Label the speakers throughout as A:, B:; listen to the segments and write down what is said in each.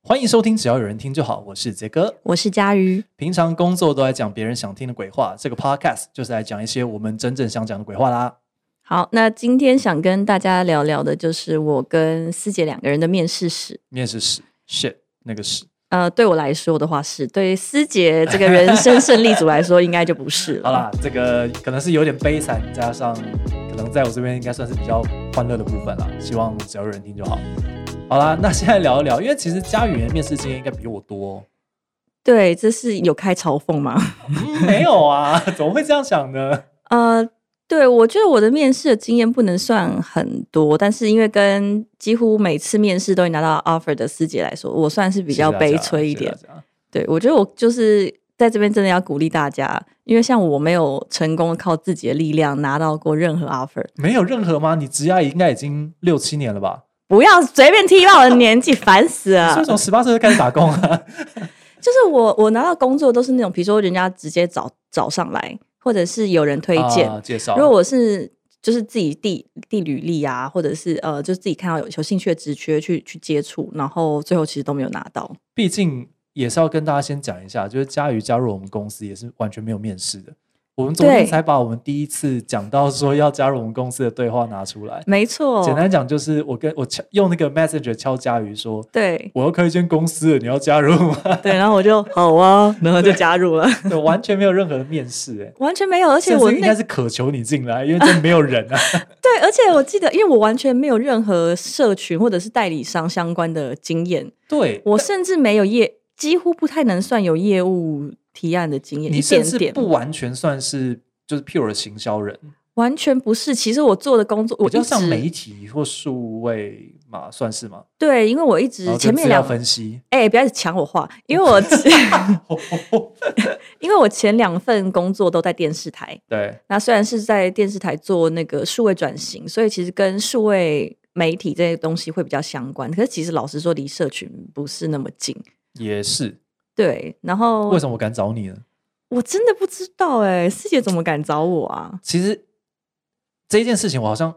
A: 欢迎收听，只要有人听就好。我是杰哥，
B: 我是佳瑜。
A: 平常工作都在讲别人想听的鬼话，这个 podcast 就是来讲一些我们真正想讲的鬼话啦。
B: 好，那今天想跟大家聊聊的就是我跟师姐两个人的面试史。
A: 面试史 shit 那个史。
B: 呃，对我来说的话是，对师姐这个人生胜利组来说，应该就不是
A: 好
B: 了。
A: 啦，这个可能是有点悲惨，加上可能在我这边应该算是比较欢乐的部分啦。希望只要有人听就好。好啦，那现在聊一聊，因为其实佳宇的面试经验应该比我多哦、
B: 对，这是有开嘲讽吗？
A: 嗯没有啊， 怎么会这样想呢？
B: 呃，对，我觉得我的面试的经验不能算很多，但是因为跟几乎每次面试都会拿到 offer 的师姐来说，我算是比啊较
A: 谢谢大家
B: 悲催一点。
A: 谢谢大家
B: 对，我觉得我就是在这边真的要鼓励大家，因为像我没有成功靠自己的力量拿到过任何 offer，
A: 没有任何吗？你职涯应该已经六七年了吧？
B: 不要随便踢爆我的年纪，烦死
A: 所
B: 了
A: 以。从十八岁就开始打工啊？
B: 就是我我拿到工作都是那种，比如说人家直接找找上来，或者是有人推荐。
A: 啊、介绍。
B: 如果我是就是自己递递履历啊，或者是呃，就是自己看到有有兴趣的职缺去去接触，然后最后其实都没有拿到。
A: 毕竟也是要跟大家先讲一下，就是佳瑜加入我们公司也是完全没有面试的。我们昨天
B: 对
A: 才把我们第一次讲到说要加入我们公司的对话拿出来。
B: 没错，
A: 简单讲就是我跟我敲用那个 Messenger 敲佳瑜说
B: 对
A: 我要开一间公司了，你要加入吗？
B: 对，然后我就 好啊，然后就加入了，
A: 对，完全没有任何的面试、欸，
B: 完全没有。而且
A: 甚至
B: 我
A: 应
B: 那
A: 该是渴求你进来，因为真的没有人 啊。
B: 对，而且我记得，因为我完全没有任何社群或者是代理商相关的经验，
A: 对，
B: 我甚至没有业，几乎不太能算有业务提案的经验，
A: 你
B: 一
A: 甚
B: 点
A: 至
B: 点，
A: 不完全算是就是 pure 的行销人，
B: 完全不是。其实我做的工作，我
A: 比较
B: 一
A: 像媒
B: 直
A: 体或数位嘛，算是吗？
B: 对，因为我一
A: 然
B: 直
A: 后哦
B: 前
A: 跟
B: 面
A: 资料
B: 两
A: 分析，
B: 哎、不要一直抢我话，因为我 因为我前两份工作都在电视台，
A: 对，
B: 那虽然是在电视台做那个数位转型，所以其实跟数位媒体这些东西会比较相关，可是其实老实说，离社群不是那么近。
A: 也是。
B: 对，然后
A: 为什么我敢找你呢？
B: 我真的不知道哎、师姐怎么敢找我啊？
A: 其实这件事情我好像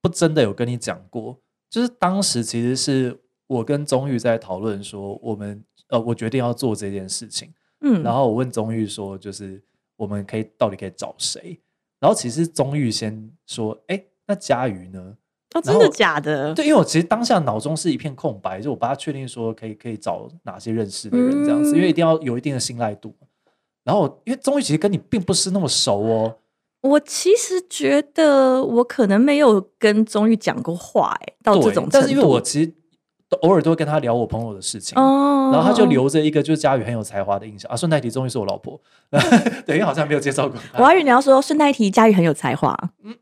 A: 不真的有跟你讲过，就是当时其实是我跟宗玉在讨论说，我们呃，我决定要做这件事情，
B: 嗯，
A: 然后我问宗玉说，就是我们可以到底可以找谁？然后其实宗玉先说，哎，那佳瑜呢？
B: 哦，
A: 然
B: 真的
A: 后
B: 假的？
A: 对，因为我其实当下脑中是一片空白，就我帮他确定说可以可以找哪些认识的人这样子，因
B: 嗯
A: 为一定要有一定的信赖度。然后因为钟玉其实跟你并不是那么熟哦，
B: 我其实觉得我可能没有跟钟玉讲过话哎、到这
A: 对
B: 种程度。
A: 但是因为我其实都偶尔都会跟他聊我朋友的事情。
B: 哦，
A: 然后他就留着一个就是佳宇很有才华的印象啊，顺带提终于是我老婆， 等于好像没有介绍过她。
B: 我还以为你要说顺带一提，佳玉很有才华。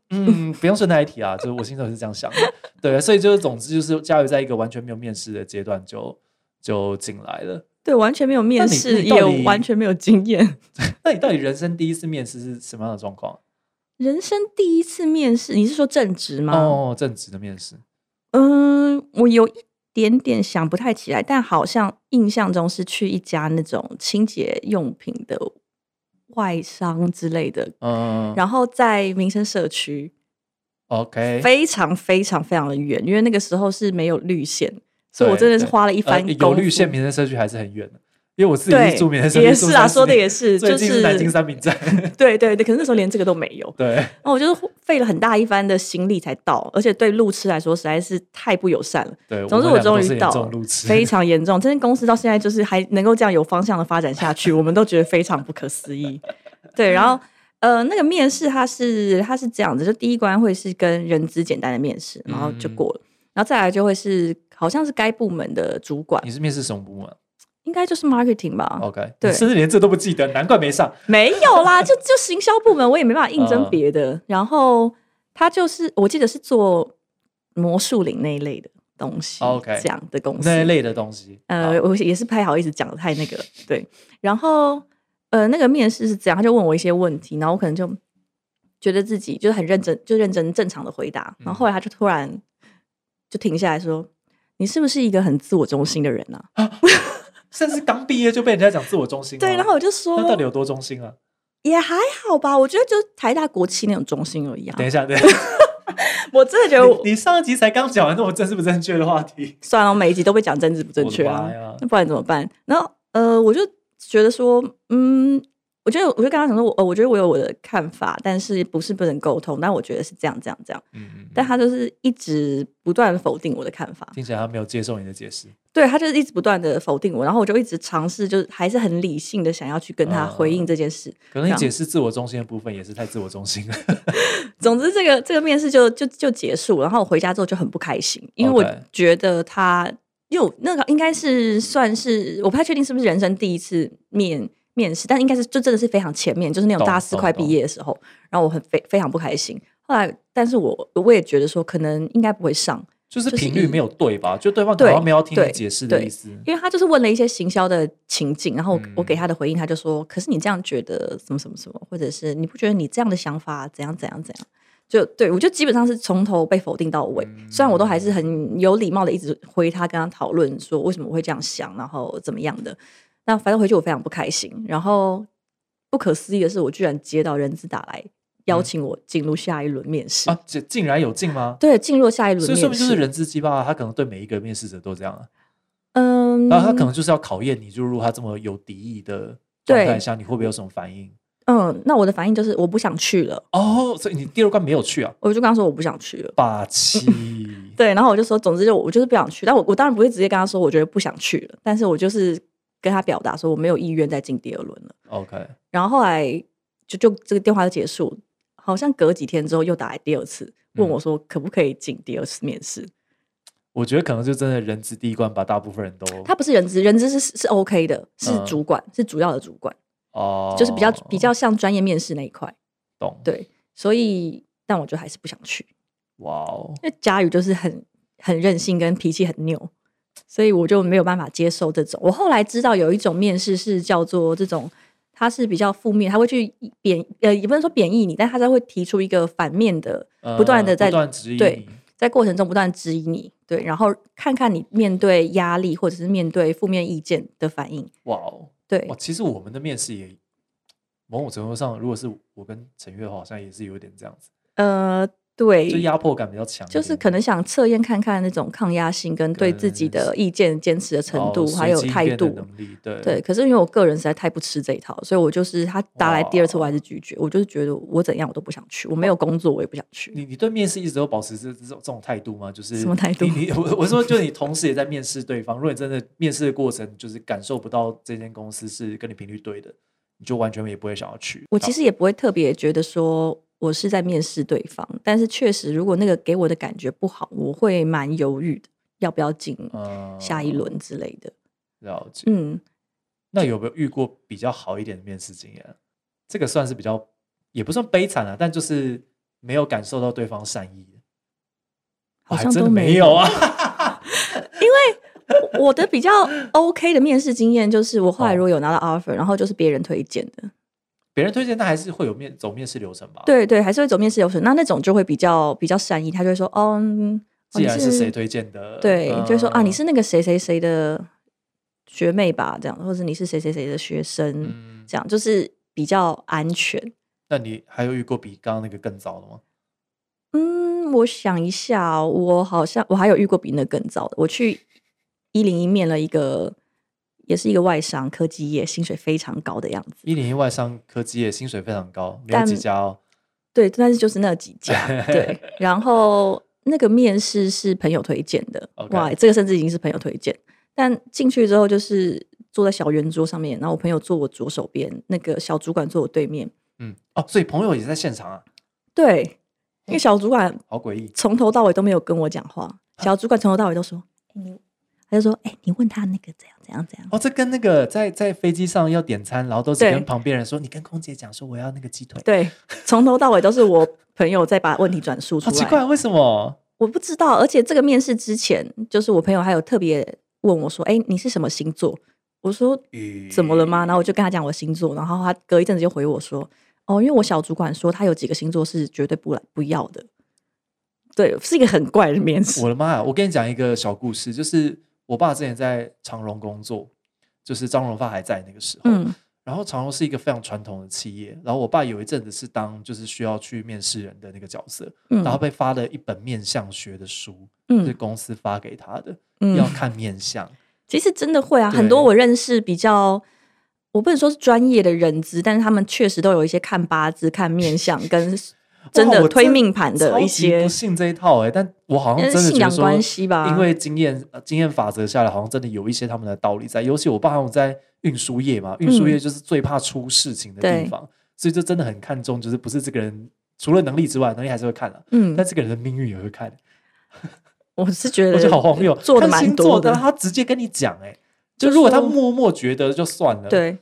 A: 嗯，不用顺带一提啊，就是我心中也是这样想的。对，所以就是总之就是佳宇在一个完全没有面试的阶段就就进来了。
B: 对，完全没有
A: 那
B: 面
A: 你
B: 试，
A: 你到
B: 也
A: 底
B: 完全没有经验。
A: 那你到底人生第一次面试是什么样的状况？
B: 人生第一次面试，你是说正职吗？
A: 哦，正职的面试，
B: 嗯，我有一点点想不太起来，但好像印象中是去一家那种清洁用品的外商之类的，
A: 嗯
B: 然后在民生社区，
A: ，OK，
B: 非常非常非常的远，因为那个时候是没有绿线，所以我
A: 对
B: 真的是
A: 对
B: 花了一
A: 呃
B: 番功夫、
A: 有绿县民生社区还是很远的，因为我自己
B: 对
A: 是住民生社区，
B: 也
A: 住
B: 是啊，
A: 30
B: 说的
A: 年
B: 也是，
A: 最
B: 就
A: 近是南京
B: 是
A: 三明站，
B: 对对对，可是那时候连这个都没有，
A: 对，
B: 然后我就是费了很大一番的心力才到，而且对路痴来说实在是太不友善了。
A: 对，
B: 总之
A: 们两
B: 我
A: 个
B: 终
A: 都是
B: 于
A: 严
B: 到
A: 重
B: 了
A: 路，痴，
B: 非常严重。这间公司到现在就是还能够这样有方向的发展下去，我们都觉得非常不可思议。对，然后呃，那个面试它是它是这样子，就第一关会是跟人资简单的面试，然后就
A: 嗯
B: 过了，然后再来就会是好像是该部门的主 管，
A: 你是面试什么部门
B: 应该就是 marketing 吧？
A: ？OK，
B: 对
A: 你甚至连这都不记得，难怪没上。
B: 没有啦，就就行销部门我也没办法应征
A: 嗯
B: 别的。然后他就是我记得是做魔术林那一类的东西
A: 哦 OK
B: 这样的公司
A: 那一类的东西，
B: 呃，
A: 好，
B: 我也是不太好意思讲的太那个了，对。然后呃，那个面试是这样，他就问我一些问题，然后我可能就觉得自己就是很认真，就认真正常的回答。
A: 嗯
B: 然后后来他就突然就停下来说：“你是不是一个很自我中心的人啊
A: 甚至刚毕业就被人家讲自我中心？”吗，
B: 对，然后我就说
A: 那到底有多中心啊？：“
B: 也还好吧，我觉得就是台大国企那种中心而已啊。
A: 等一下，等一下，
B: 我真的觉得我
A: 你你上一集才刚讲完那种政治不正确的话题，
B: 算了，我每一集都被讲政治不正确
A: 我
B: 啊
A: 的妈呀，
B: 那不然怎么办？然后呃，我就觉得说，嗯，我觉得我就跟他讲说，我呃，我觉得我有我的看法，但是不是不能沟通，但我觉得是这样这样这样，
A: 嗯嗯，
B: 但他就是一直不断否定我的看法，
A: 听起来他没有接受你的解释，
B: 对他就是一直不断的否定我，然后我就一直尝试，就是还是很理性的想要去跟他回应这件事。
A: 可能
B: 这
A: 你
B: 样
A: 解释自我中心的部分也是太自我中心了。
B: 总之，这个这个面试就就就结束，然后我回家之后就很不开心，因为我
A: OK
B: 觉得他，因为我那个应该是算是我不太确定是不是人生第一次面面试，但应该是就真的是非常前面，就是那种
A: 懂
B: 大四
A: 懂
B: 快
A: 懂
B: 毕业的时候，然后我很非非常不开心。后来，但是我我也觉得说可能应该不会上，
A: 就是
B: 就是
A: 频率
B: 以
A: 没有对吧？就对方好像
B: 对
A: 没有听你
B: 对
A: 解释的
B: 对
A: 意思。
B: 因为他就是问了一些行销的情境，然后我,、
A: 嗯
B: 我给他的回应，他就说：“可是你这样觉得什么什么什么，或者是你不觉得你这样的想法怎样怎样怎样？”就对我就基本上是从头被否定到尾，
A: 嗯
B: 虽然我都还是很有礼貌的一直回他，跟他讨论说为什么我会这样想，然后怎么样的。那反正回去我非常不开心。然后不可思议的是，我居然接到人资打来邀请我进入下一轮面试。
A: 嗯啊，这竟然有进吗？
B: 对，进入下一轮
A: 所以
B: 面试，
A: 说明就是人之鸡巴，他可能对每一个面试者都这样啊。
B: 嗯，
A: 然后他可能就是要考验你，就如果他这么有敌意的状态
B: 对
A: 下，你会不会有什么反应？
B: 嗯，那我的反应就是我不想去了。
A: 哦，所以你第二关没有去啊，
B: 我就跟他说我不想去了。
A: 霸气。
B: 对，然后我就说，总之就我就是不想去。但我我当然不会直接跟他说我觉得不想去了，但是我就是跟他表达说我没有意愿再进第二轮了。
A: OK，
B: 然后后来就就这个电话就结束，好像隔几天之后又打来第二次，问
A: 嗯
B: 我说可不可以进第二次面试。
A: 我觉得可能就真的人资第一关把大部分人都
B: 他不是人资，人资是是是 OK 的，是
A: 嗯
B: 主管，是主要的主管，
A: 哦，
B: 就是比较比较像专业面试那一块。
A: 懂。
B: 对，所以但我就还是不想去。
A: 哇哦，
B: 因为佳宇就是很很任性跟脾气很拗，所以我就没有办法接受这种。我后来知道有一种面试是叫做这种，他是比较负面，他会去贬呃也不能说贬义你，但他是会提出一个反面的，
A: 呃
B: 不断地在
A: 不断质疑
B: 对
A: 你，
B: 在过程中不断质疑你，对，然后看看你面对压力或者是面对负面意见的反应，
A: 哇哦，
B: 对
A: 哇，，其实我们的面试也某种程度上，如果是我跟陈月的话，好像也是有点这样子，
B: 呃，
A: 就
B: 对。
A: 压迫感比较强一点点，
B: 就是可能想测验看看那种抗压性跟对自己的意见坚持的程
A: 哦
B: 度，还
A: 随
B: 有
A: 机应
B: 态
A: 变的
B: 度，
A: 能力，对
B: 对，，可是因为我个人实在太不吃这一套，所以我就是他打来第二次，我还是拒绝。我就是觉得我怎样我都不想去，我没有工作我也不想去。
A: 你你对面试一直都保持这这种这种态度吗？就是
B: 什么态度
A: 你 你我我说，就你同时也在面试对方。如果你真的面试的过程就是感受不到这间公司是跟你频率对的，你就完全也不会想要去。
B: 我其实也不会特别觉得说我是在面试对方，但是确实如果那个给我的感觉不好，我会蛮犹豫的，要不要进
A: 呃
B: 下一轮之类的。
A: 了解。
B: 嗯，
A: 那有没有遇过比较好一点的面试经验？这个算是比较也不算悲惨啊，但就是没有感受到对方善意的。
B: 好
A: 哇
B: 像
A: 真的
B: 都
A: 没
B: 没
A: 有啊。
B: 我我的比较 OK 的面试经验就是，我后来
A: 哦
B: 如果有拿到 offer，然后就是别人推荐的，
A: 别人推荐，那还是会有面走面试流程吧？，
B: 对对，还是会走面试流程。那那种就会比较比较善意，他就会说，哦，嗯哦
A: 既
B: 你
A: 然是谁推荐的，
B: 对，就是说啊，你
A: 嗯
B: 是那个谁谁谁的学妹吧，这样，或者你是谁谁谁的学生，
A: 嗯
B: 这样就是比较安全。
A: 那你还有遇过比刚刚那个更糟的吗？
B: 嗯，我想一下哦，我好像我还有遇过比那更糟的。我去一零一面了一个，也是一个外商科技业，薪水非常高的样子。
A: 一零一外商科技业薪水非常高，没有
B: 但
A: 几家哦。
B: 对，但是就是那几家， 对。然后那个面试是朋友推荐的
A: OK
B: 哇，这个甚至已经是朋友推荐。但进去之后就是坐在小圆桌上面，然后我朋友坐我左手边，那个小主管坐我对面。
A: 嗯，哦，所以朋友也在现场啊，
B: 对，因为小主管
A: 好诡异。
B: 从头到尾都没有跟我讲话，小主管从头到尾都说：“哎、你。”他就说：“哎、你问他那个怎样怎样怎样。
A: 哦，这跟那个在在飞机上要点餐，然后都只
B: 对
A: 跟旁边人说，你跟空姐讲说我要那个鸡腿。
B: 对，从头到尾都是我朋友在把问题转述出
A: 好
B: 来。
A: 奇怪，为什么？
B: 我不知道，而且这个面试之前，就是我朋友还有特别问我说：“哎、你是什么星座？”我说：“怎么了吗？”然后我就跟他讲我星座，然后他隔一阵子就回我说：“哦，因为我小主管说他有几个星座是绝对不来不要的。”对，是一个很怪的面试。
A: 我的妈呀！我跟你讲一个小故事，就是我爸之前在长荣工作，就是张荣发还在那个时候，
B: 嗯
A: 然后长荣是一个非常传统的企业，然后我爸有一阵子是当就是需要去面试人的那个角色，
B: 嗯
A: 然后被发了一本面相学的书，是
B: 嗯
A: 公司发给他的，要
B: 嗯，
A: 看面相。
B: 其实真的会啊，
A: 对
B: 很多我认识比较。我不能说是专业的人资，但是他们确实都有一些看八字、看面相跟真
A: 我
B: 的推
A: 真
B: 命盘的
A: 超
B: 一
A: 级
B: 些
A: 不，信这一套哎、但我好像
B: 但
A: 真
B: 是
A: 的觉
B: 信
A: 得
B: 仰
A: 说，
B: 关系吧。
A: 因为经验呃经验法则下来，好像真的有一些他们的道理在。尤其我爸他们在运输业嘛，运输业就是最怕出事情的地
B: 嗯对
A: 方，所以就真的很看重，就是不是这个人除了能力之外，能力还是会看的、
B: 嗯，
A: 但这个人的命运也会看。
B: 我是觉得
A: 我觉得好荒谬，
B: 做的
A: 看
B: 蛮
A: 星座
B: 多
A: 的，
B: 的，
A: 他直接跟你讲哎、就
B: 就
A: 如果他
B: 说
A: 默默觉得就算了，，
B: 对，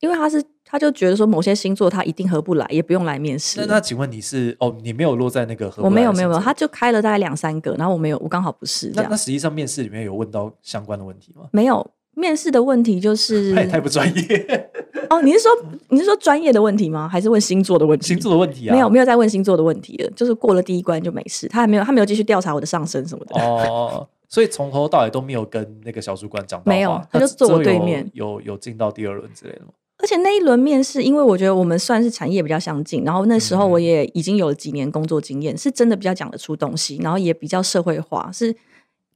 B: 因为他是他就觉得说某些星座他一定合不来，也不用来面试
A: 那。那请问你是哦，你没有落在那个合
B: 我
A: 不
B: 没
A: 来
B: 有
A: 的
B: 没
A: 星
B: 有没有，
A: 座
B: 他就开了大概两三个，然后我没有，我刚好不是这
A: 那那
B: 样，
A: 实际上面试里面有问到相关的问题吗？
B: 没有。面试的问题 就是
A: 他也太不专业，
B: 哦，你是说你是说专业的问题吗？还是问星座的问题？
A: 星座的问题啊，
B: 没有没有再问星座的问题了，就是过了第一关就没事，他还没有他没有继续调查我的上身什么的。
A: 哦，所以从头到尾都没有跟那个小主管讲到话，
B: 没有
A: 那
B: 他就坐
A: 之
B: 我
A: 后有
B: 对面
A: 有有进到第二轮之类的吗？
B: 而且那一轮面试，因为我觉得我们算是产业比较相近，然后那
A: 嗯
B: 时候我也已经有几年工作经验，是真的比较讲得出东西，然后也比较社会化，是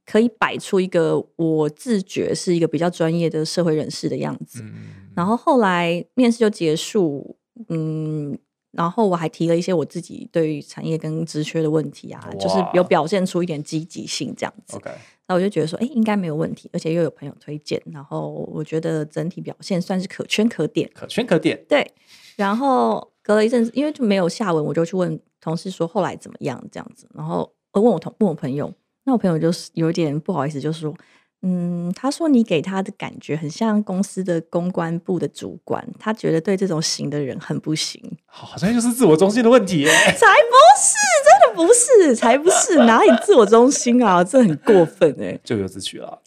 B: 可以摆出一个我自觉是一个比较专业的社会人士的样子。
A: 嗯，
B: 然后后来面试就结束，嗯，然后我还提了一些我自己对于产业跟职缺的问题啊
A: 哇，哦
B: 就是有表现出一点积极性这样子。
A: OK，
B: 那我就觉得说，哎，应该没有问题，而且又有朋友推荐，然后我觉得整体表现算是可圈可点。
A: 可圈可点，
B: 对，然后隔了一阵子，因为就没有下文，我就去问同事说后来怎么样这样子，然后我问我同问我朋友，那我朋友就是有点不好意思，就说。嗯，他说你给他的感觉很像公司的公关部的主管，他觉得对这种型的人很不行。
A: 好好像就是自我中心的问题耶。
B: 才不是，真的不是，才不是，哪里自我中心啊？这很过分哎、
A: 咎由自取了，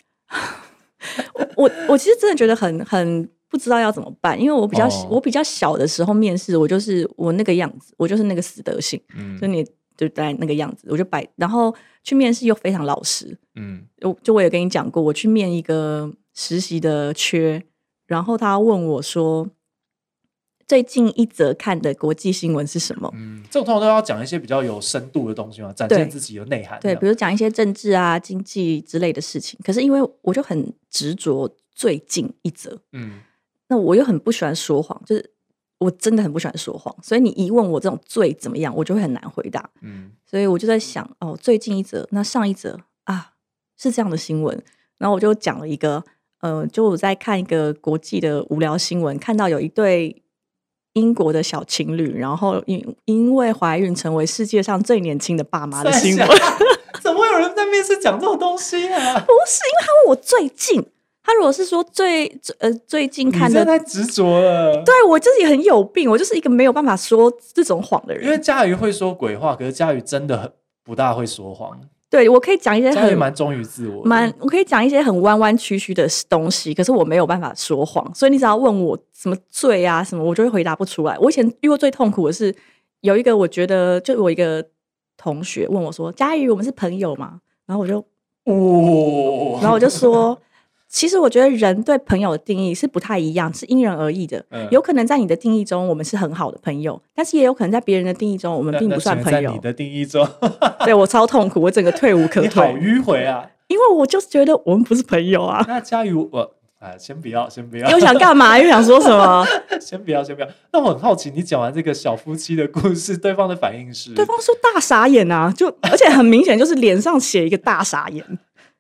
B: 我我其实真的觉得很很不知道要怎么办，因为我比较、
A: 哦
B: 我比较小的时候面试，我就是我那个样子，我就是那个死德性，
A: 嗯
B: 就你就大概那个样子，我就摆，然后去面试又非常老实。
A: 嗯，
B: 我就我也跟你讲过，我去面一个实习的缺，然后他问我说，最近一则看的国际新闻是什么？
A: 嗯，这种通常都要讲一些比较有深度的东西嘛，展现
B: 对
A: 自己的内涵这
B: 对，
A: 样。
B: 比如讲一些政治啊、经济之类的事情。可是因为我就很执着最近一则，
A: 嗯，
B: 那我又很不喜欢说谎，就是我真的很不喜欢说谎，所以你一问我这种最怎么样，我就会很难回答。
A: 嗯
B: 所以我就在想，哦，最近一则，那上一则啊，是这样的新闻。然后我就讲了一个，呃，就我在看一个国际的无聊新闻，看到有一对英国的小情侣，然后因因为怀孕成为世界上最年轻的爸妈的新闻。
A: 在想 怎么会有人在面试讲这种东西啊？
B: 不是，因为他问我最近，他如果是说最最呃最近
A: 你
B: 看
A: 真的
B: 的，
A: 太执着了。
B: 对我自己很有病，我就是一个没有办法说这种谎的
A: 因为
B: 人。
A: 佳瑜会说鬼话，可是佳瑜真的很不大会说谎，
B: 对我可以讲一些
A: 佳瑜
B: 很
A: 蛮忠于自我的，
B: 蛮，我可以讲一些很弯弯曲曲的东西，可是我没有办法说谎，所以你只要问我什么罪啊什么，我就会回答不出来。我以前遇过最痛苦的是，有一个我觉得就我一个同学问我说：“佳瑜，我们是朋友吗？”然后 我就，
A: 哦，
B: 然后我就说。其实我觉得人对朋友的定义是不太一样，是因人而异的。
A: 嗯
B: 有可能在你的定义中，我们是很好的朋友，但是也有可能在别人的定义中，我们
A: 那
B: 并
A: 那
B: 不算
A: 请
B: 朋
A: 在
B: 友
A: 你。的定义中，
B: 对我超痛苦，我整个退无可
A: 你好
B: 退，
A: 迂回 啊。
B: 因为我就是觉得我们不是朋友啊。
A: 那佳瑜，我啊，先不要，先不 要，
B: 又想干嘛？又想说 什么？
A: 先不要，先不要。那我很好奇，你讲完这个小夫妻的故事，对方的反应是？
B: 对方说大傻眼啊，就而且很明显就是脸上写一个大傻眼，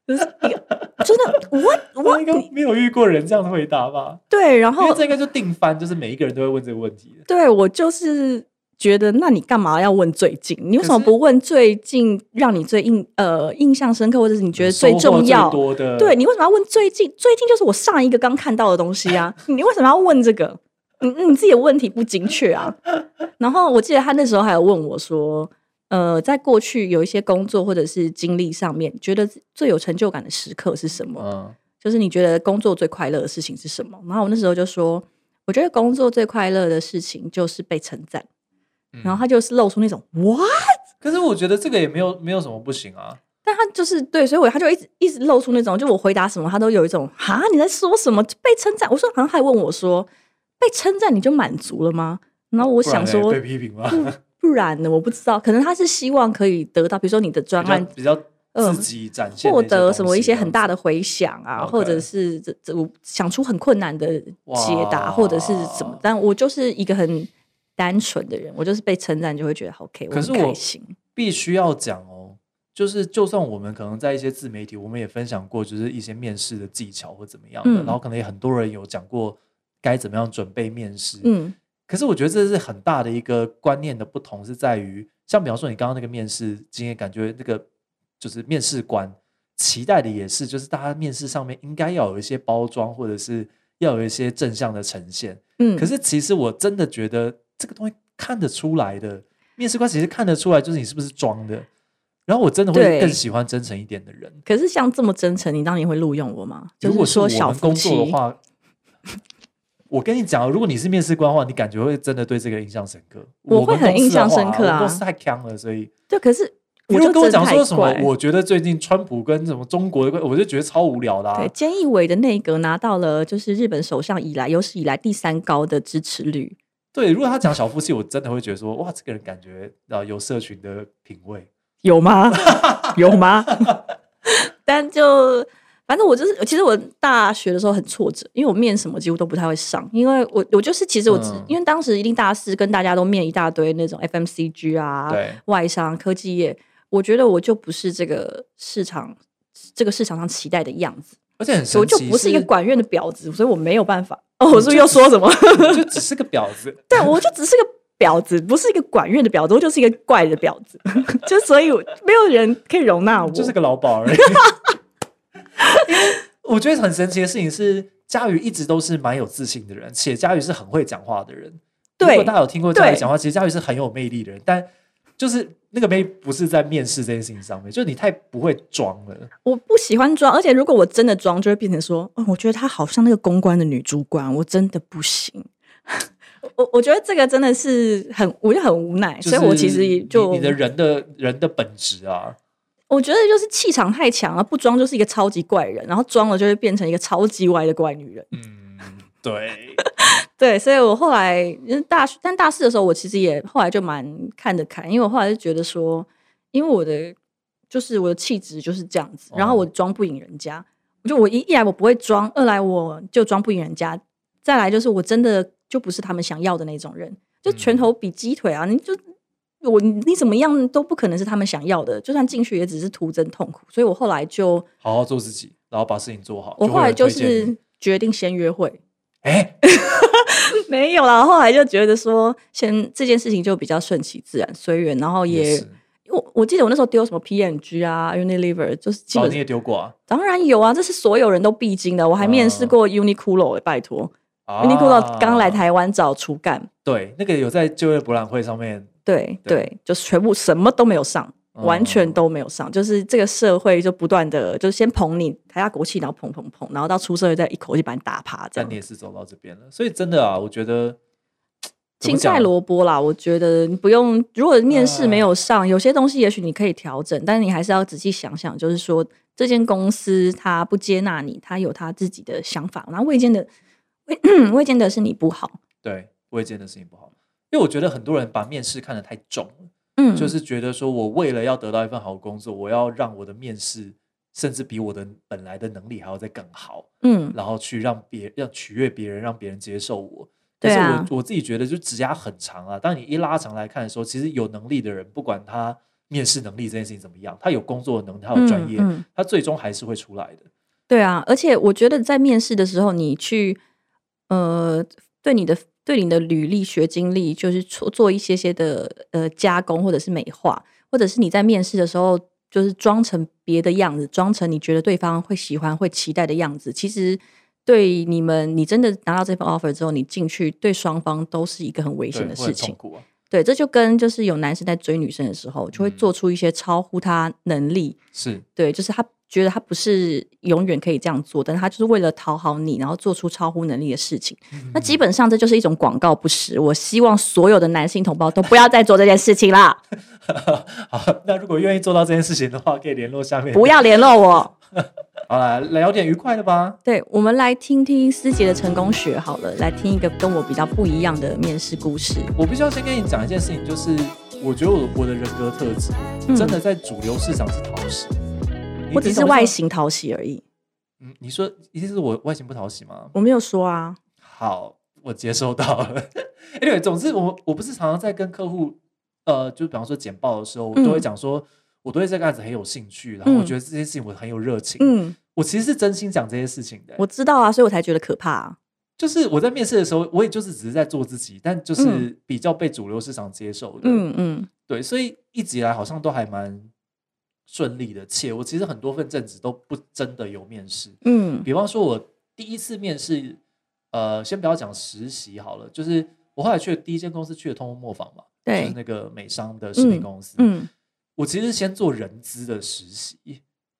B: 就是一个真的 我
A: 我
B: 我
A: 应该没有遇过人这样的回答吧？
B: 对，然
A: Oh 因为
B: 后
A: 这应该就定番，就是每一个人都会问这个问题。
B: 对我就是觉得，那你干嘛要问最近？你为什么
A: 可是
B: 不问最近让你最印呃印象深刻，或者是你觉得最
A: 嗯收获
B: 重要
A: 最？多的，
B: 对你为什么要问最近？最近就是我上一个刚看到的东西啊，你为什么要问这个？你你自己的问题不精确啊。然后我记得他那时候还有问我说，呃，在过去有一些工作或者是经历上面，觉得最有成就感的时刻是什么？
A: 嗯，
B: 就是你觉得工作最快乐的事情是什么？然后我那时候就说，我觉得工作最快乐的事情就是被称赞。
A: 嗯，
B: 然后他就是露出那种哇，
A: 可是我觉得这个也没有没有什么不行啊。
B: 但他就是对，所以我他就一直一直露出那种，就我回答什么，他都有一种哈你在说什么被称赞。我说好像还问我说，被称赞你就满足了吗？然后我
A: 我
B: 想说
A: 被，
B: 嗯
A: 批评吗？
B: 不然呢？我不知道，可能他是希望可以得到，比如说你的专
A: 比较
B: 案
A: 比较
B: 嗯
A: 自己展现
B: 获
A: 的
B: 得什么一些很大
A: 的
B: 的回响啊，
A: OK
B: 或者是这这我想出很困难的解答，
A: 哇
B: 或者是什么。但我就是一个很单纯的人，我就是被称赞就会觉得 OK，
A: 可是
B: 很
A: 我
B: 开心。
A: 必须要讲哦。就是，就算我们可能在一些自媒体，我们也分享过，就是一些面试的技巧或怎么样的，
B: 嗯
A: 然后可能也很多人有讲过该怎么样准备面试。
B: 嗯
A: 可是我觉得这是很大的一个观念的不同，是在于像比方说你刚刚那个面试经验，感觉那个就是面试官期待的也是，就是大家面试上面应该要有一些包装，或者是要有一些正向的呈现。
B: 嗯，
A: 可是其实我真的觉得这个东西看得出来的，面试官其实看得出来，就是你是不是装的。然后我真的会
B: 对
A: 更喜欢真诚一点的人。
B: 可是像这么真诚，你当年会录用我吗？就
A: 如果
B: 是
A: 是
B: 说
A: 我
B: 小
A: 们
B: 夫
A: 工作的，
B: 妻
A: 话， 我跟你讲，哦如果你是面试官的话，你感觉会真的对这个人印象深刻。
B: 我
A: 我
B: 会
A: 们
B: 很
A: 公司
B: 印象
A: 的话
B: 深刻啊
A: 我们公司太强了，所以
B: 对，可是
A: 你
B: 我
A: 如果
B: 就
A: 跟我
B: 真
A: 讲
B: 太
A: 说什么
B: 怪，。
A: 我觉得最近川普跟什么中国的，我就觉得超无聊的、啊
B: 对，。菅义伟的内阁拿到了就是日本首相以来有史以来第三高的支持率，
A: 对，如果他讲小夫妻，我真的会觉得说，哇，这个人感觉啊有社群的品味。
B: 有吗？有吗？但就反正我就是，其实我大学的时候很挫折，因为我面什么几乎都不太会上，因为我我就是其实我只、
A: 嗯
B: 因为当时一定大四跟大家都面一大堆那种 FMCG 啊、
A: 对，
B: 外商、科技业，我觉得我就不是这个市场这个市场上期待的样子，
A: 而且很神奇，
B: 我就不是一个管院的婊子，所以我没有 办法。哦，我是不是又说什么？
A: 是，就只是个婊子。
B: 对，我就只是个婊子，不是一个管乐的婊子，我就是一个怪的婊子， 就所以我没有人可以容纳我。
A: 就是个老鸨而已。 因为我觉得很神奇的事情是，佳宇一直都是蛮有自信的人，且佳宇是很会讲话的人。
B: 对
A: 如果大家有听过佳宇
B: 对
A: 讲话，其实佳宇是很有魅力的人，但就是那个魅力不是在面试这件事情上面，就是你太不会装了。
B: 我不喜欢装，而且如果我真的装，就会变成说，哦，我觉得她好像那个公关的女主管，我真的不行。 我我觉得这个真的是很，我就很无奈，
A: 就是
B: 所以我其实也就
A: 你你的人的人的本质啊，
B: 我觉得就是气场太强了，不装就是一个超级怪人，然后装了就会变成一个超级歪的怪女人。
A: 嗯，对，
B: 对，所以我后来因为大学，但大四的时候，我其实也后来就蛮看得开，因为我后来就觉得说，因为我的就是我的气质就是这样子，然后
A: 哦
B: 我装不赢人家，我就我一一来我不会装，二来我就装不赢人家，再来就是我真的就不是他们想要的那种人，就拳
A: 嗯
B: 头比鸡腿啊，你就。我你怎么样都不可能是他们想要的，就算进去也只是徒增痛苦，所以我后来就
A: 好好做自己，然后把事情做好。
B: 我
A: 会
B: 后
A: 有
B: 来
A: 人
B: 就
A: 推荐你
B: 是决定先约会，
A: 哎，
B: 没有啦，后来就觉得说，先这件事情就比较顺其自然、随缘，然后也，
A: 是
B: 我我记得我那时候丢什么 PNG 啊、Unilever，就是基
A: 哦，
B: 本、
A: 你也丢过啊
B: 当然有啊，这是所有人都必经的。我还面试
A: 嗯
B: 过 Uniqlo，、拜欸托、
A: 啊
B: Uniqlo 刚来台湾找厨干，
A: 对，那个有在就业博览会上面，
B: 对
A: 对
B: 对，就是全部什么都没有上。
A: 嗯
B: 完全都没有上，就是这个社会就不断的，就是先捧你台下国气，然后捧捧捧，然后到出社会再一口气把你打趴，这
A: 但
B: 样
A: 你也是走到这边了，所以真的啊，我觉得
B: 青菜萝卜啦，我觉得你不用。如果面
A: 嗯
B: 试没有上，有些东西也许你可以调整，但你还是要仔细想想，就是说这间公司它不接纳你，它有它自己的想法，然后未见得 未未见得是你不好，
A: 对不会见的事情不好，因为我觉得很多人把面试看得太重了，
B: 嗯，
A: 就是觉得说我为了要得到一份好工作，我要让我的面试甚至比我的本来的能力还要再更好，
B: 嗯，
A: 然后去让别让取悦别人，让别人接受我。可
B: 对
A: 是
B: 啊
A: 我我自己觉得，就职涯很长啊。当你一拉长来看的时候，其实有能力的人，不管他面试能力这件事情怎么样，他有工作的能力，他有专业，
B: 嗯嗯
A: 他最终还是会出来的。
B: 对啊，而且我觉得在面试的时候，你去呃对你的对你的履历、学经历，就是做做一些些的呃加工或者是美化，或者是你在面试的时候，就是装成别的样子，装成你觉得对方会喜欢、会期待的样子，其实。对你们，你真的拿到这份 offer 之后，你进去对双方都是一个很危
A: 对，
B: 险的
A: 会很
B: 事情
A: 痛。苦啊。
B: 对，这就跟就是有男生在追女生的时候，就会
A: 嗯
B: 做出一些超乎他能力，
A: 是，
B: 对，就是他觉得他不是永远可以这样做，但是他就是为了讨好你，然后做出超乎能力的事情。
A: 嗯
B: 那基本上这就是一种广告不实。我希望所有的男性同胞都不要再做这件事情 啦，
A: 好，那如果愿意做到这件事情的话，可以联络下面。
B: 不要联络我，
A: 好啦，聊点愉快的吧。
B: 对，我们来听听思杰的成功学好了，来听一个跟我比较不一样的面试故事。
A: 我必须要先跟你讲一件事情，就是我觉得我我的人格特质、
B: 嗯
A: 真的在主流市场是讨喜。你
B: 我只是外，形讨喜而已，
A: 你怎么知道嗯，你说一定是我外形不讨喜吗？
B: 我没有说啊。
A: 好，我接收到了。anyway，总 之我我不是常常在跟客户，呃，就比方说简报的时候，我都会
B: 嗯
A: 讲说，我对这个案子很有兴趣，然后我
B: 嗯
A: 觉得这件事情我很有热情。
B: 嗯，
A: 我其实是真心讲这些事情的、
B: 我知道啊，所以我才觉得可怕、啊。
A: 就是我在面试的时候，我也就是只是在做自己，但就是
B: 嗯
A: 比较被主流市场接受的。
B: 嗯嗯
A: 对，所以一直以来好像都还蛮顺利的。且我其实很多份正职都不真的有面试，
B: 嗯
A: 比方说我第一次面试，呃，先不要讲实习好了，就是我后来去的第一间公司去的通风磨坊嘛，就
B: 对
A: 是，那个美商的食品公司。
B: 嗯，
A: 我其实是先做人资的实习，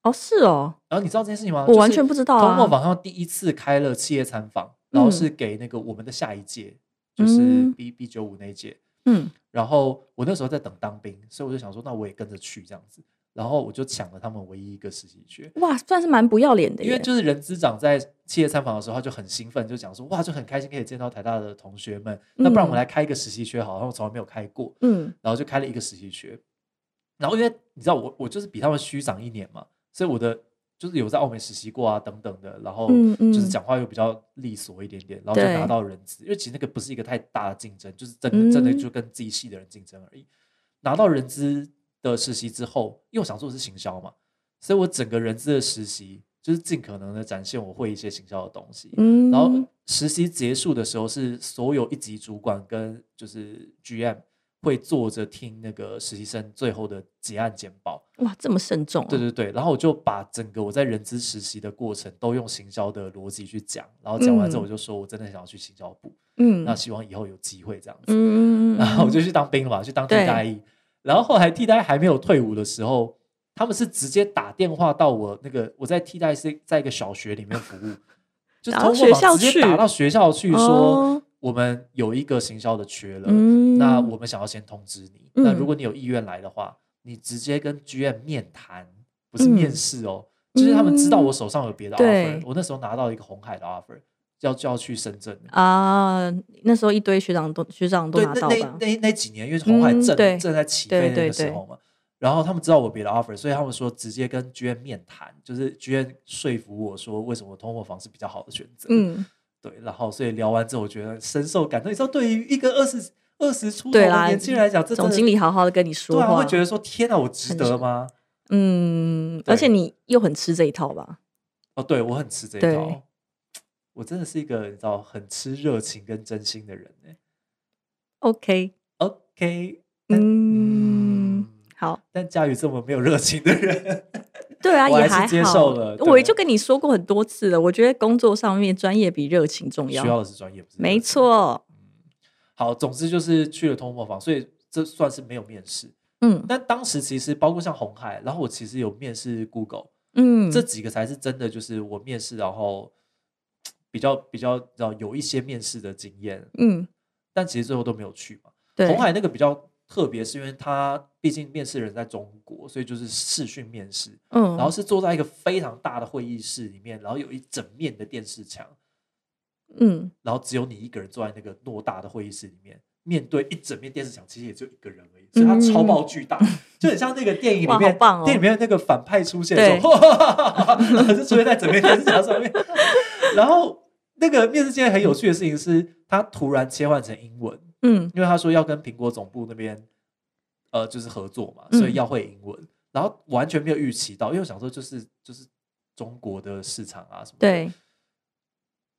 B: 哦是哦，
A: 然后你知道这件事情吗？
B: 我完全不知道
A: 通磨
B: 啊。嗯
A: 坊他们第一次开了企业参访，然后是给那个我们的下一届，就是 B B 九五那一届。
B: 嗯
A: 然后我那时候在等当兵，所以我就想说，那我也跟着去这样子。然后我就抢了他们唯一一个实习缺，
B: 哇，算是蛮不要脸的
A: 因为
B: 耶。
A: 就是人资长在企业参访的时候，他就很兴奋，就讲说，哇，就很开心可以见到台大的同学们，那不然我们来开一个实习缺好了，然后我从来没有开过，
B: 嗯
A: 然后就开了一个实习缺。然后因为你知道我我就是比他们虚长一年嘛，所以我的就是有在澳门实习过啊等等的，然后
B: 嗯嗯
A: 就是讲话又比较利索一点点，然后就
B: 对
A: 拿到人资，因为其实那个不是一个太大的竞争，就是真的真的
B: 嗯
A: 就跟自己系的人竞争而已。拿到人资的实习之后，因为我想做的是行销嘛，所以我整个人资的实习就是尽可能的展现我会一些行销的东西，
B: 嗯，
A: 然后实习结束的时候，是所有一级主管跟就是 GM 会坐着听那个实习生最后的结案简报。
B: 哇，这么慎重、啊。
A: 对对对，然后我就把整个我在人资实习的过程都用行销的逻辑去讲，然后讲完之后我就说我真的想要去行销部，
B: 嗯
A: 那希望以后有机会这样子。
B: 嗯嗯嗯，
A: 然后我
B: 嗯
A: 就去当兵了嘛，去当替
B: 对
A: 代役。然后后来替代役还没有退伍的时候，他们是直接打电话到我那个我在替代是在一个小学里面服务，就是
B: 打到
A: 通过
B: 学校
A: 网直接
B: 去
A: 打到学校去说
B: 哦
A: 我们有一个行销的缺了，
B: 嗯
A: 那我们想要先通知你。那
B: 嗯
A: 如果你有意愿来的话，你直接跟 GM 面谈，不是
B: 嗯
A: 面试哦，就是他们知道
B: 嗯
A: 我手上有别的 offer，、
B: 对
A: 我那时候拿到一个红海的 offer，要就要去深圳了。
B: 啊，那时候一堆学长都学长都
A: 对，
B: 拿到
A: 那那
B: 吧？
A: 那那几年，因为红海
B: 嗯
A: 正、
B: 对
A: 正在起
B: 对
A: 飞的那
B: 对
A: 个时
B: 对
A: 候嘛，然后他们知道我别的 offer，所以他们说直接跟 GM 面谈，就是 GM 说服我说为什么通货房是比较好的选择。，
B: 嗯，
A: 对。然后所以聊完之后，我觉得深受感动。你知道，对于一个二十二十出头
B: 对
A: 的
B: 啦
A: 年轻人来讲，这
B: 总
A: 真的
B: 经理好好的跟你说
A: 对啊，
B: 话，
A: 会觉得说天哪，我值
B: 很
A: 得
B: 爽
A: 吗？
B: 嗯，
A: 对
B: 而且你又很吃这一套吧？
A: 哦，对我很吃这一
B: 对
A: 套。我真的是一个你知道很吃热情跟真心的人哎。
B: OK，
A: OK，
B: 嗯，好，
A: 但佳宇这么没有热情的人。
B: 对啊，
A: 我还
B: 也
A: 是
B: 还好。
A: 接受了对
B: 我就跟你说过很多次了，我觉得工作上面专业比热情重
A: 需要
B: 要。
A: 的是专业，不是热情
B: 没。错，
A: 好，总之就是去了通磨坊，所以这算是没有面试。
B: 嗯
A: 但当时其实包括像红海，然后我其实有面试 Google，、
B: 嗯，
A: 这几个才是真的就是我面试，然后嘖比较比较比较有一些面试的经验，
B: 嗯
A: 但其实最后都没有去嘛。
B: 对，
A: 红海那个比较特别，是因为他毕竟面试人在中国，所以就是视讯面试，
B: 嗯，
A: 然后是坐在一个非常大的会议室里面，然后有一整面的电视墙，
B: 嗯
A: 然后只有你一个人坐在那个偌大的会议室里面，面对一整面电视墙，其实也就一个人而已，所以它超爆巨大，就很像那个电影里
B: 嗯哇
A: 面，
B: 好棒哦
A: 电影里面那个反派出现的时候， 然后就出现在整面电视墙上面。然后那个面试间很有趣的事情是，他突然切换成英文，
B: 嗯
A: 因为他说要跟苹果总部那边呃就是合作嘛，
B: 嗯
A: 所以要会英文，然后完全没有预期到，因为我想说就是就是中国的市场啊什么的，
B: 对，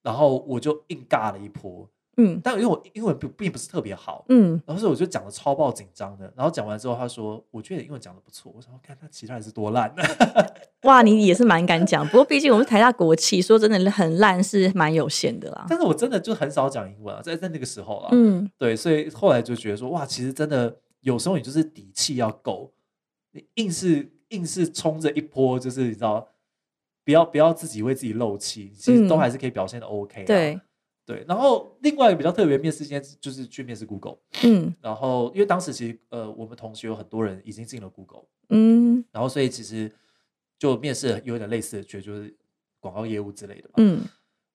A: 然后我就硬尬了一波。
B: 嗯
A: 但因为我英文并并不是特别好，
B: 嗯
A: 然后所以我就讲的超爆紧张的。然后讲完之后，他说：“我觉得你英文讲的不错。”我想说，看他其他人是多烂啊的。
B: 哇，你也是蛮敢讲，不过毕竟我们台大国企，说真的很烂是蛮有限的啦。
A: 但是我真的就很少讲英文啊，在在那个时候啊，
B: 嗯，
A: 对，所以后来就觉得说，哇，其实真的有时候你就是底气要够，你硬是硬是冲着一波，就是你知道，不要不要自己为自己漏气，其实都
B: 嗯
A: 还是可以表现的 OK、啊
B: 对，
A: 对，然后另外一个比较特别的面试，今天就是去面试 Google，
B: 嗯
A: 然后因为当时其实呃，我们同学有很多人已经进了 Google。
B: 嗯
A: 然后所以其实就面试有点类似的觉，就是广告业务之类的吧。
B: 嗯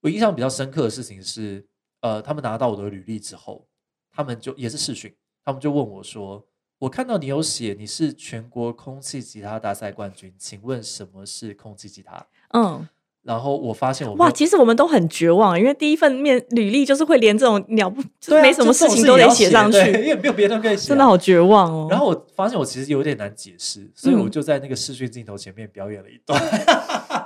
A: 我印象比较深刻的事情是，呃，他们拿到我的履历之后，他们就也是试训，他们就问我说：“我看到你有写你是全国空气吉他大赛冠军，请问什么是空气吉他
B: 嗯，？”
A: 然后我发现我没
B: 哇，
A: 有
B: 其实我们都很绝望，因为第一份面履历就是会连这种鸟不，就
A: 对
B: 是
A: 啊
B: 没什么
A: 就这
B: 事
A: 种
B: 情都得
A: 也要
B: 写上
A: 对
B: 去，
A: 因为没有别的可以写啊、
B: 真的好绝望哦。
A: 然后我发现我其实有点难解释，所以我
B: 嗯
A: 就在那个视讯镜头前面表演了一段，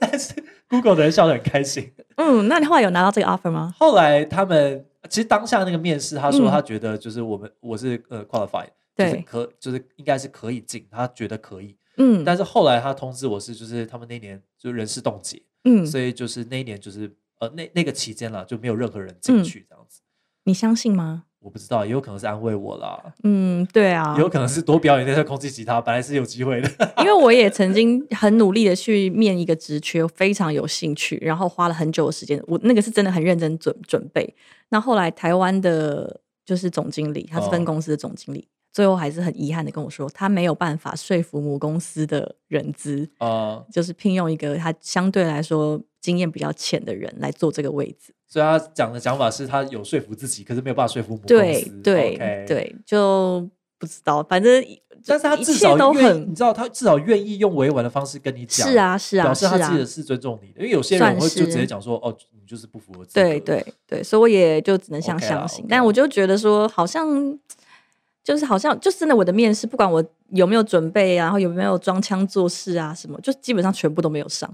A: 但是 Google 的人笑得很开心。
B: 嗯，那你后来有拿到这个 offer 吗？
A: 后来他们其实当下那个面试，他说
B: 嗯
A: 他觉得就是我们、我是呃 qualified，就是
B: 对，
A: 可就是应该是可以进，他觉得可以。
B: 嗯
A: 但是后来他通知我是就是他们那年就人事冻结，
B: 嗯，
A: 所以就是那一年就是呃那那个期间啦，就没有任何人进
B: 嗯
A: 去这样子。
B: 你相信吗？
A: 我不知道，也有可能是安慰我啦，
B: 嗯，对啊
A: 也，有可能是多表演那些空气吉他，本来是有机会 的。
B: 因为我也曾经很努力的去面一个职缺，我非常有兴趣，然后花了很久的时间，我那个是真的很认真准准备。那后来台湾的就是总经理，他是分
A: 哦
B: 公司的总经理，最后还是很遗憾的跟我说，他没有办法说服母公司的人资，
A: 呃，
B: 就是聘用一个他相对来说经验比较浅的人来做这个位置。
A: 所以他讲的讲法是他有说服自己，可是没有办法说服母公
B: 对
A: 司。
B: 对
A: OK
B: 对，就不知道，反正
A: 但是他
B: 一
A: 至
B: 切
A: 少
B: 都
A: 愿意，你
B: 很
A: 知道，他至少愿意用委婉的方式跟你讲。
B: 是啊是啊
A: 表
B: 是
A: 示他
B: 啊
A: 自己，的是尊重你的，因为有些人
B: 算
A: 会就直接
B: 是
A: 讲说，哦，你就是不符合资格。
B: 对对对，所以我也就只能想
A: OK 啦
B: 相信
A: OK
B: 但我就觉得说，好像就是好像就是真的，我的面试不管我有没有准备、啊，然后有没有装腔作势啊什么，就基本上全部都没有上，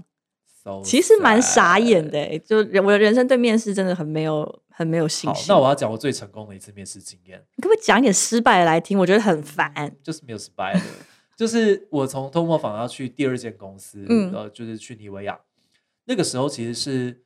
A: So
B: 其实蛮傻眼
A: sad
B: 的、欸，就人我的人生对面试真的很没有很没有信
A: 好，
B: 心。
A: 那我要讲我最成功的一次面试经验，
B: 你可不可以讲一点失败的来听？我觉得很烦。
A: 就是没有失败 的，就是我从通货坊要去第二间公司，
B: 嗯
A: 呃，就是去妮维亚，那个时候其实是。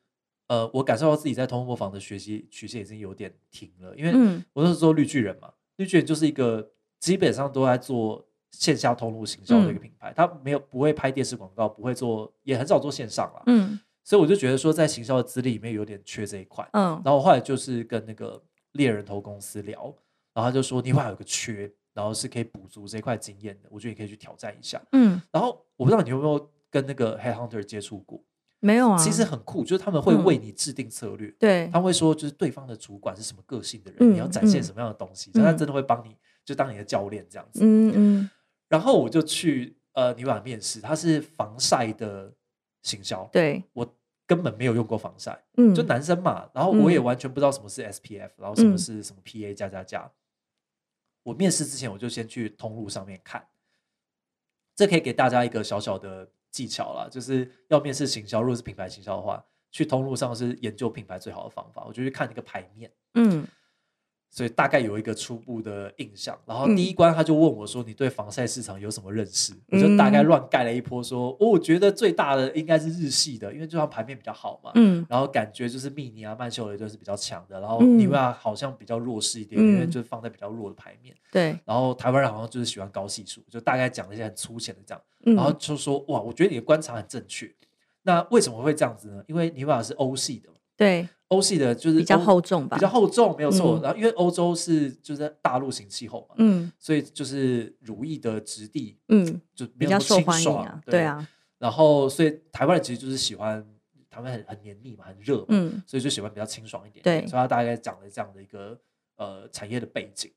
A: 呃，我感受到自己在通货坊的学习曲线已经有点停了，因为
B: 嗯
A: 我那时候绿巨人嘛，绿巨人就是一个基本上都在做线下通路行销的一个
B: 嗯
A: 品牌，它没有不会拍电视广告，不会做，也很少做线上啦。
B: 嗯
A: 所以我就觉得说，在行销的资历里面有点缺这一块。
B: 嗯
A: 然后我后来就是跟那个猎人头公司聊，然后他就说你会有个缺，然后是可以补足这块经验的，我觉得你可以去挑战一下。
B: 嗯，
A: 然后我不知道你有没有跟那个 headhunter 接触过，
B: 没有啊。
A: 其实很酷，就是他们会
B: 嗯
A: 为你制定策略，
B: 对
A: 他，会说就是对方的主管是什么个性的人，你要
B: 嗯
A: 展现
B: 嗯
A: 什么样的东西，所以他
B: 嗯
A: 真的会帮你就当你的教练这样子。
B: 嗯嗯
A: 然后我就去呃尼瓦面试，它是防晒的行销，
B: 对，
A: 我根本没有用过防晒。
B: 嗯
A: 就男生嘛，然后我也
B: 嗯
A: 完全不知道什么是 SPF，、然后什么
B: 嗯
A: 是什么 PA 加加加。我面试之前我就先去通路上面看，这可以给大家一个小小的技巧啦，就是要面试行销，如果是品牌行销的话，去通路上是研究品牌最好的方法。我就去看那个牌面，
B: 嗯
A: 所以大概有一个初步的印象。然后
B: 嗯
A: 第一关他就问我说：“你对防晒市场有什么认识？”我就大概
B: 嗯
A: 乱盖了一波说，哦，我觉得最大的应该是日系的，因为就它牌面比较好嘛。
B: 嗯
A: 然后感觉就是密尼啊、曼秀雷敦是比较强的，然后
B: 嗯
A: 尼维亚好像比较弱势一点，因为
B: 嗯
A: 就是放在比较弱的牌面。
B: 对，
A: 然后台湾人好像就是喜欢高系数，就大概讲了一些很粗浅的这样，
B: 嗯
A: 然后就说哇，我觉得你的观察很正确。那为什么会这样子呢？因为尼维亚是欧系的嘛，
B: 对
A: 欧系的就是
B: 比较
A: 欧
B: 厚重吧，
A: 比较厚重，没有错。
B: 嗯
A: 然后因为欧洲是就是在大陆型气候嘛，
B: 嗯
A: 所以就是如意的质地
B: 嗯
A: 就没
B: 比
A: 有那
B: 较
A: 么
B: 受
A: 清
B: 欢迎
A: 爽
B: 啊，对。啊，
A: 然后所以台湾人其实就是喜欢台湾很很黏腻嘛，很热嘛，
B: 嗯
A: 所以就喜欢比较清爽一点
B: 对
A: 点所以他大概讲了这样的一个呃产业的背景，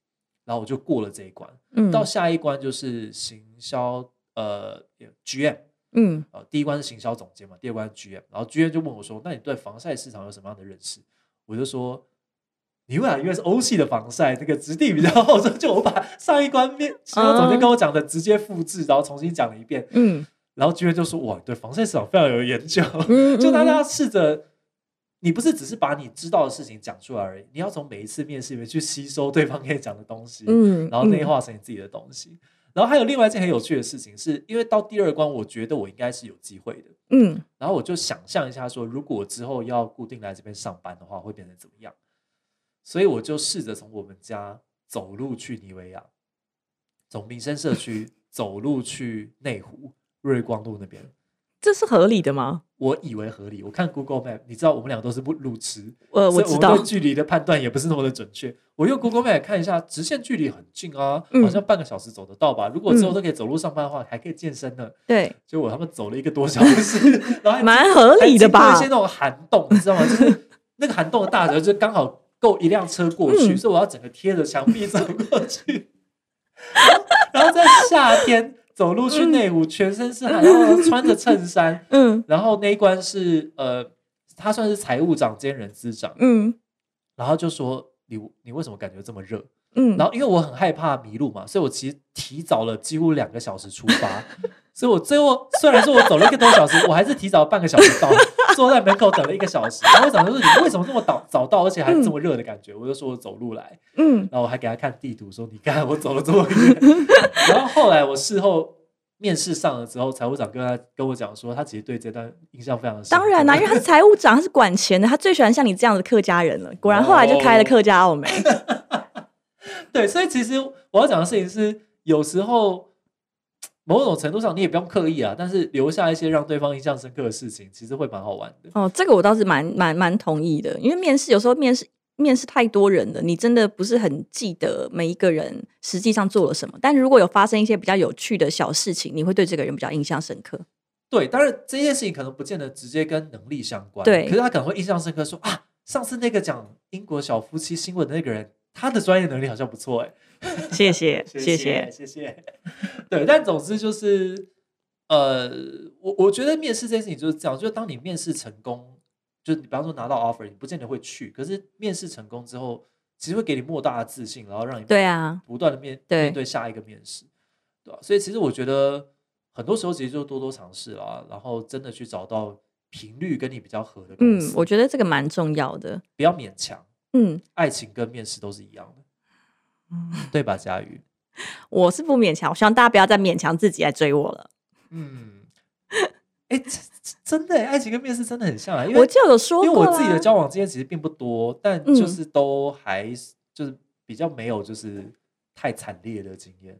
A: 然后我就过了这一关。
B: 嗯
A: 到下一关就是行销呃 GM。
B: 嗯
A: 呃，第一关是行销总监嘛，第二关是 GM，然后 GM 就问我说：“那你对防晒市场有什么样的认识？”我就说：“你问啊，因为是欧系的防晒，这个质地比较厚， 所以就我把上一关面行销总监跟我讲的直接复制，然后重新讲了一遍。
B: 嗯
A: 然后 GM 就说：‘哇，你对防晒市场非常有研究。’
B: 嗯，
A: 就大家
B: 嗯
A: 试着，你不是只是把你知道的事情讲出来而已，你要从每一次面试里面去吸收对方跟你讲的东西，
B: 嗯，
A: 然后内
B: 嗯
A: 化成你自己的东西。然后还有另外一件很有趣的事情是，因为到第二关，我觉得我应该是有机会的。
B: 嗯
A: 然后我就想象一下说，如果我之后要固定来这边上班的话，会变成怎么样？所以我就试着从我们家走路去尼维亚，从民生社区走路去内湖瑞光路那边，
B: 这是合理的吗？
A: 我以为合理，我看 Google Map，你知道我们俩都是不路痴，
B: 呃，
A: 所
B: 我
A: 以我
B: 知
A: 们
B: 道
A: 对，距离的判断也不是那么的准确。我用 Google Map 看一下，直线距离很近啊，
B: 嗯
A: 好像半个小时走得到吧。如果之后都可以走路上班的话，还可以健身呢。
B: 对，
A: 结果他们走了一个多小时，然 后还
B: 蛮合
A: 还
B: 理的
A: 经过
B: 吧
A: 哎一？些那种涵洞，你知道吗？就是 那个涵洞的大小，就是刚好够一辆车过去，
B: 嗯
A: 所以我要整个贴着墙壁走过去。 然后在夏天走路去内湖，全身是汗，然后穿着衬衫，
B: 嗯
A: 然后那一关是呃，他算是财务长兼人资长，
B: 嗯
A: 然后就说你你为什么感觉这么热？
B: 嗯
A: 然，后因为我很害怕迷路嘛，所以我其实提早了几乎两个小时出发，所以我最后虽然说我走了一个多小时，我还是提早半个小时到，坐在门口等了一个小时。然后我想说你为什么这么早早到，而且还这么热的感觉？我就说我走路来，
B: 嗯
A: 然后我还给他看地图说你看我走了这么远。然后后来我事后。面试上了之后，财务长跟他跟我讲说，他其实对这段印象非常的深刻。
B: 当然啊啦、因为他是财务长，他是管钱的，他最喜欢像你这样的客家人了。果然后来就开了客家澳美。
A: 对，所以其实我要讲的事情是，有时候某种程度上你也不用刻意啊，但是留下一些让对方印象深刻的事情，其实会蛮好玩的。
B: 哦，这个我倒是蛮蛮蛮同意的，因为面试有时候面试面试太多人了，你真的不是很记得每一个人实际上做了什么。但如果有发生一些比较有趣的小事情，你会对这个人比较印象深刻。
A: 对，当然这件事情可能不见得直接跟能力相关，
B: 对
A: 可是他可能会印象深刻说啊，上次那个讲英国小夫妻新闻的那个人，他的专业能力好像不错、欸，
B: 谢谢，
A: 谢
B: 谢，
A: 谢谢。 对，但总之就是，呃，我我觉得面试这件事情就是这样，就是当你面试成功，就是你比方说拿到 offer，你不见得会去，可是面试成功之后，其实会给你莫大的自信，然后让你
B: 对啊，
A: 不断的面
B: 对
A: 面对下一个面试，对吧、所以其实我觉得很多时候其实就多多尝试啦，然后真的去找到频率跟你比较合的公
B: 嗯
A: 司，，
B: 我觉得这个蛮重要的。
A: 不要勉强，
B: 嗯，
A: 爱情跟面试都是一样的，对吧，佳瑜？
B: 我是不勉强，我希望大家不要再勉强自己来追我了。
A: 嗯， 哎、这这真的耶、爱情跟面试真的很像啊，因为
B: 我就有说
A: 因
B: 过啊
A: 为
B: 啦，
A: 我自己的交往经验其实并不多，但就
B: 嗯
A: 是都还是就是比较没有就是太惨烈的经验。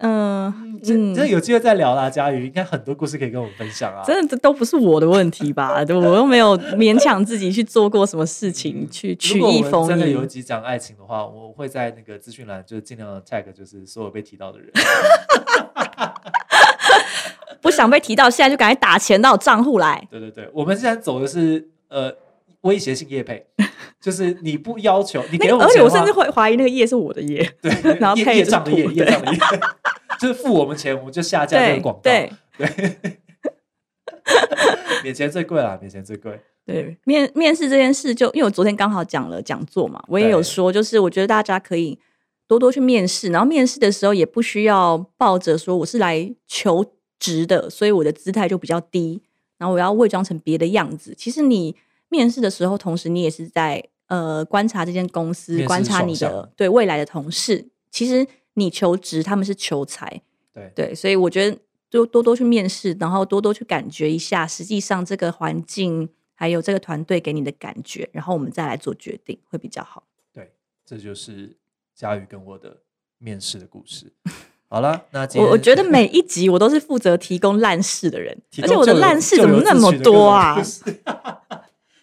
B: 嗯
A: 这
B: 嗯，
A: 这有机会再聊啦，佳瑜应该很多故事可以跟我们分享啊。
B: 真的这都不是我的问题吧？ 对我又没有勉强自己去做过什么事情去
A: 如
B: 曲
A: 果我
B: 意
A: 们
B: 逢
A: 真的有一
B: 迎。
A: 集讲爱情的话，我会在那个资讯栏就是尽量的 tag 就是所有被提到的人。
B: 不想被提到，现在就赶快打钱到我账户来。
A: 对对对，我们现在走的是呃威胁性业配，就是你不要求你
B: 那
A: 给
B: 个，
A: 我们
B: 而且
A: 钱
B: 我
A: 的话
B: 甚至会怀疑那个业是我的业。
A: 对，
B: 然后
A: 业
B: 配
A: 业
B: 就是
A: 障的业，
B: 图
A: 业
B: 对
A: 障的业， 就是付我们钱，我们就下架这个
B: 对
A: 广告。
B: 对
A: 免钱最贵啦，免钱最贵。
B: 对，面面试这件事就，因为我昨天刚好讲了讲座嘛，我也有
A: 对
B: 说，就是我觉得大家可以多多去面试，然后面试的时候也不需要抱着说我是来求职的，所以我的姿态就比较低，然后我要伪装成别的样子。其实你面试的时候，同时你也是在呃观察这间公司
A: 面，试
B: 观察
A: 双
B: 你
A: 向
B: 的对未来的同事。其实你求职，他们是求财，
A: 对，
B: 对，所以我觉得多多多去面试，然后多多去感觉一下，实际上这个环境还有这个团队给你的感觉，然后我们再来做决定会比较好。
A: 这就是佳宇跟我的面试的故 事。好啦，那今
B: 我
A: 天
B: 我觉得每一集我都是负责提供烂事的人，
A: 提
B: 而
A: 供
B: 且我的
A: 咎由
B: 烂事怎么那么多啊？？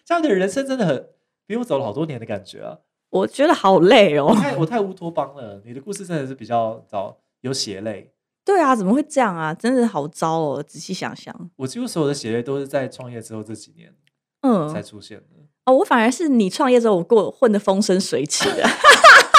A: 这样的人生真的很比我走了好多年的感觉啊！
B: 我觉得好累
A: 我
B: 哦。
A: 太我太乌托邦了，你的故事真的是比较早有血泪。
B: 对啊，怎么会这样啊？真的好糟哦！仔细想想，
A: 我几乎所有的血泪都是在创业之后这几年才
B: 嗯，
A: 出现的。
B: 哦，我反而是你创业之后，我过混得风生水起的。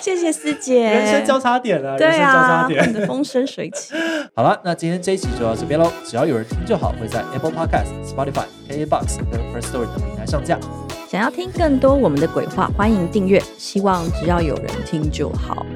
B: 谢谢师姐，
A: 人生交叉点啊，
B: 对
A: 人生交叉
B: 啊，
A: 点
B: 混。得风生水起。
A: 好了，那今天这一集就到这边喽。只要有人听就好，会在 Apple Podcast、Spotify、KKBox 跟 First Story 等平台上架。
B: 想要听更多我们的鬼话，欢迎订阅。希望只要有人听就好。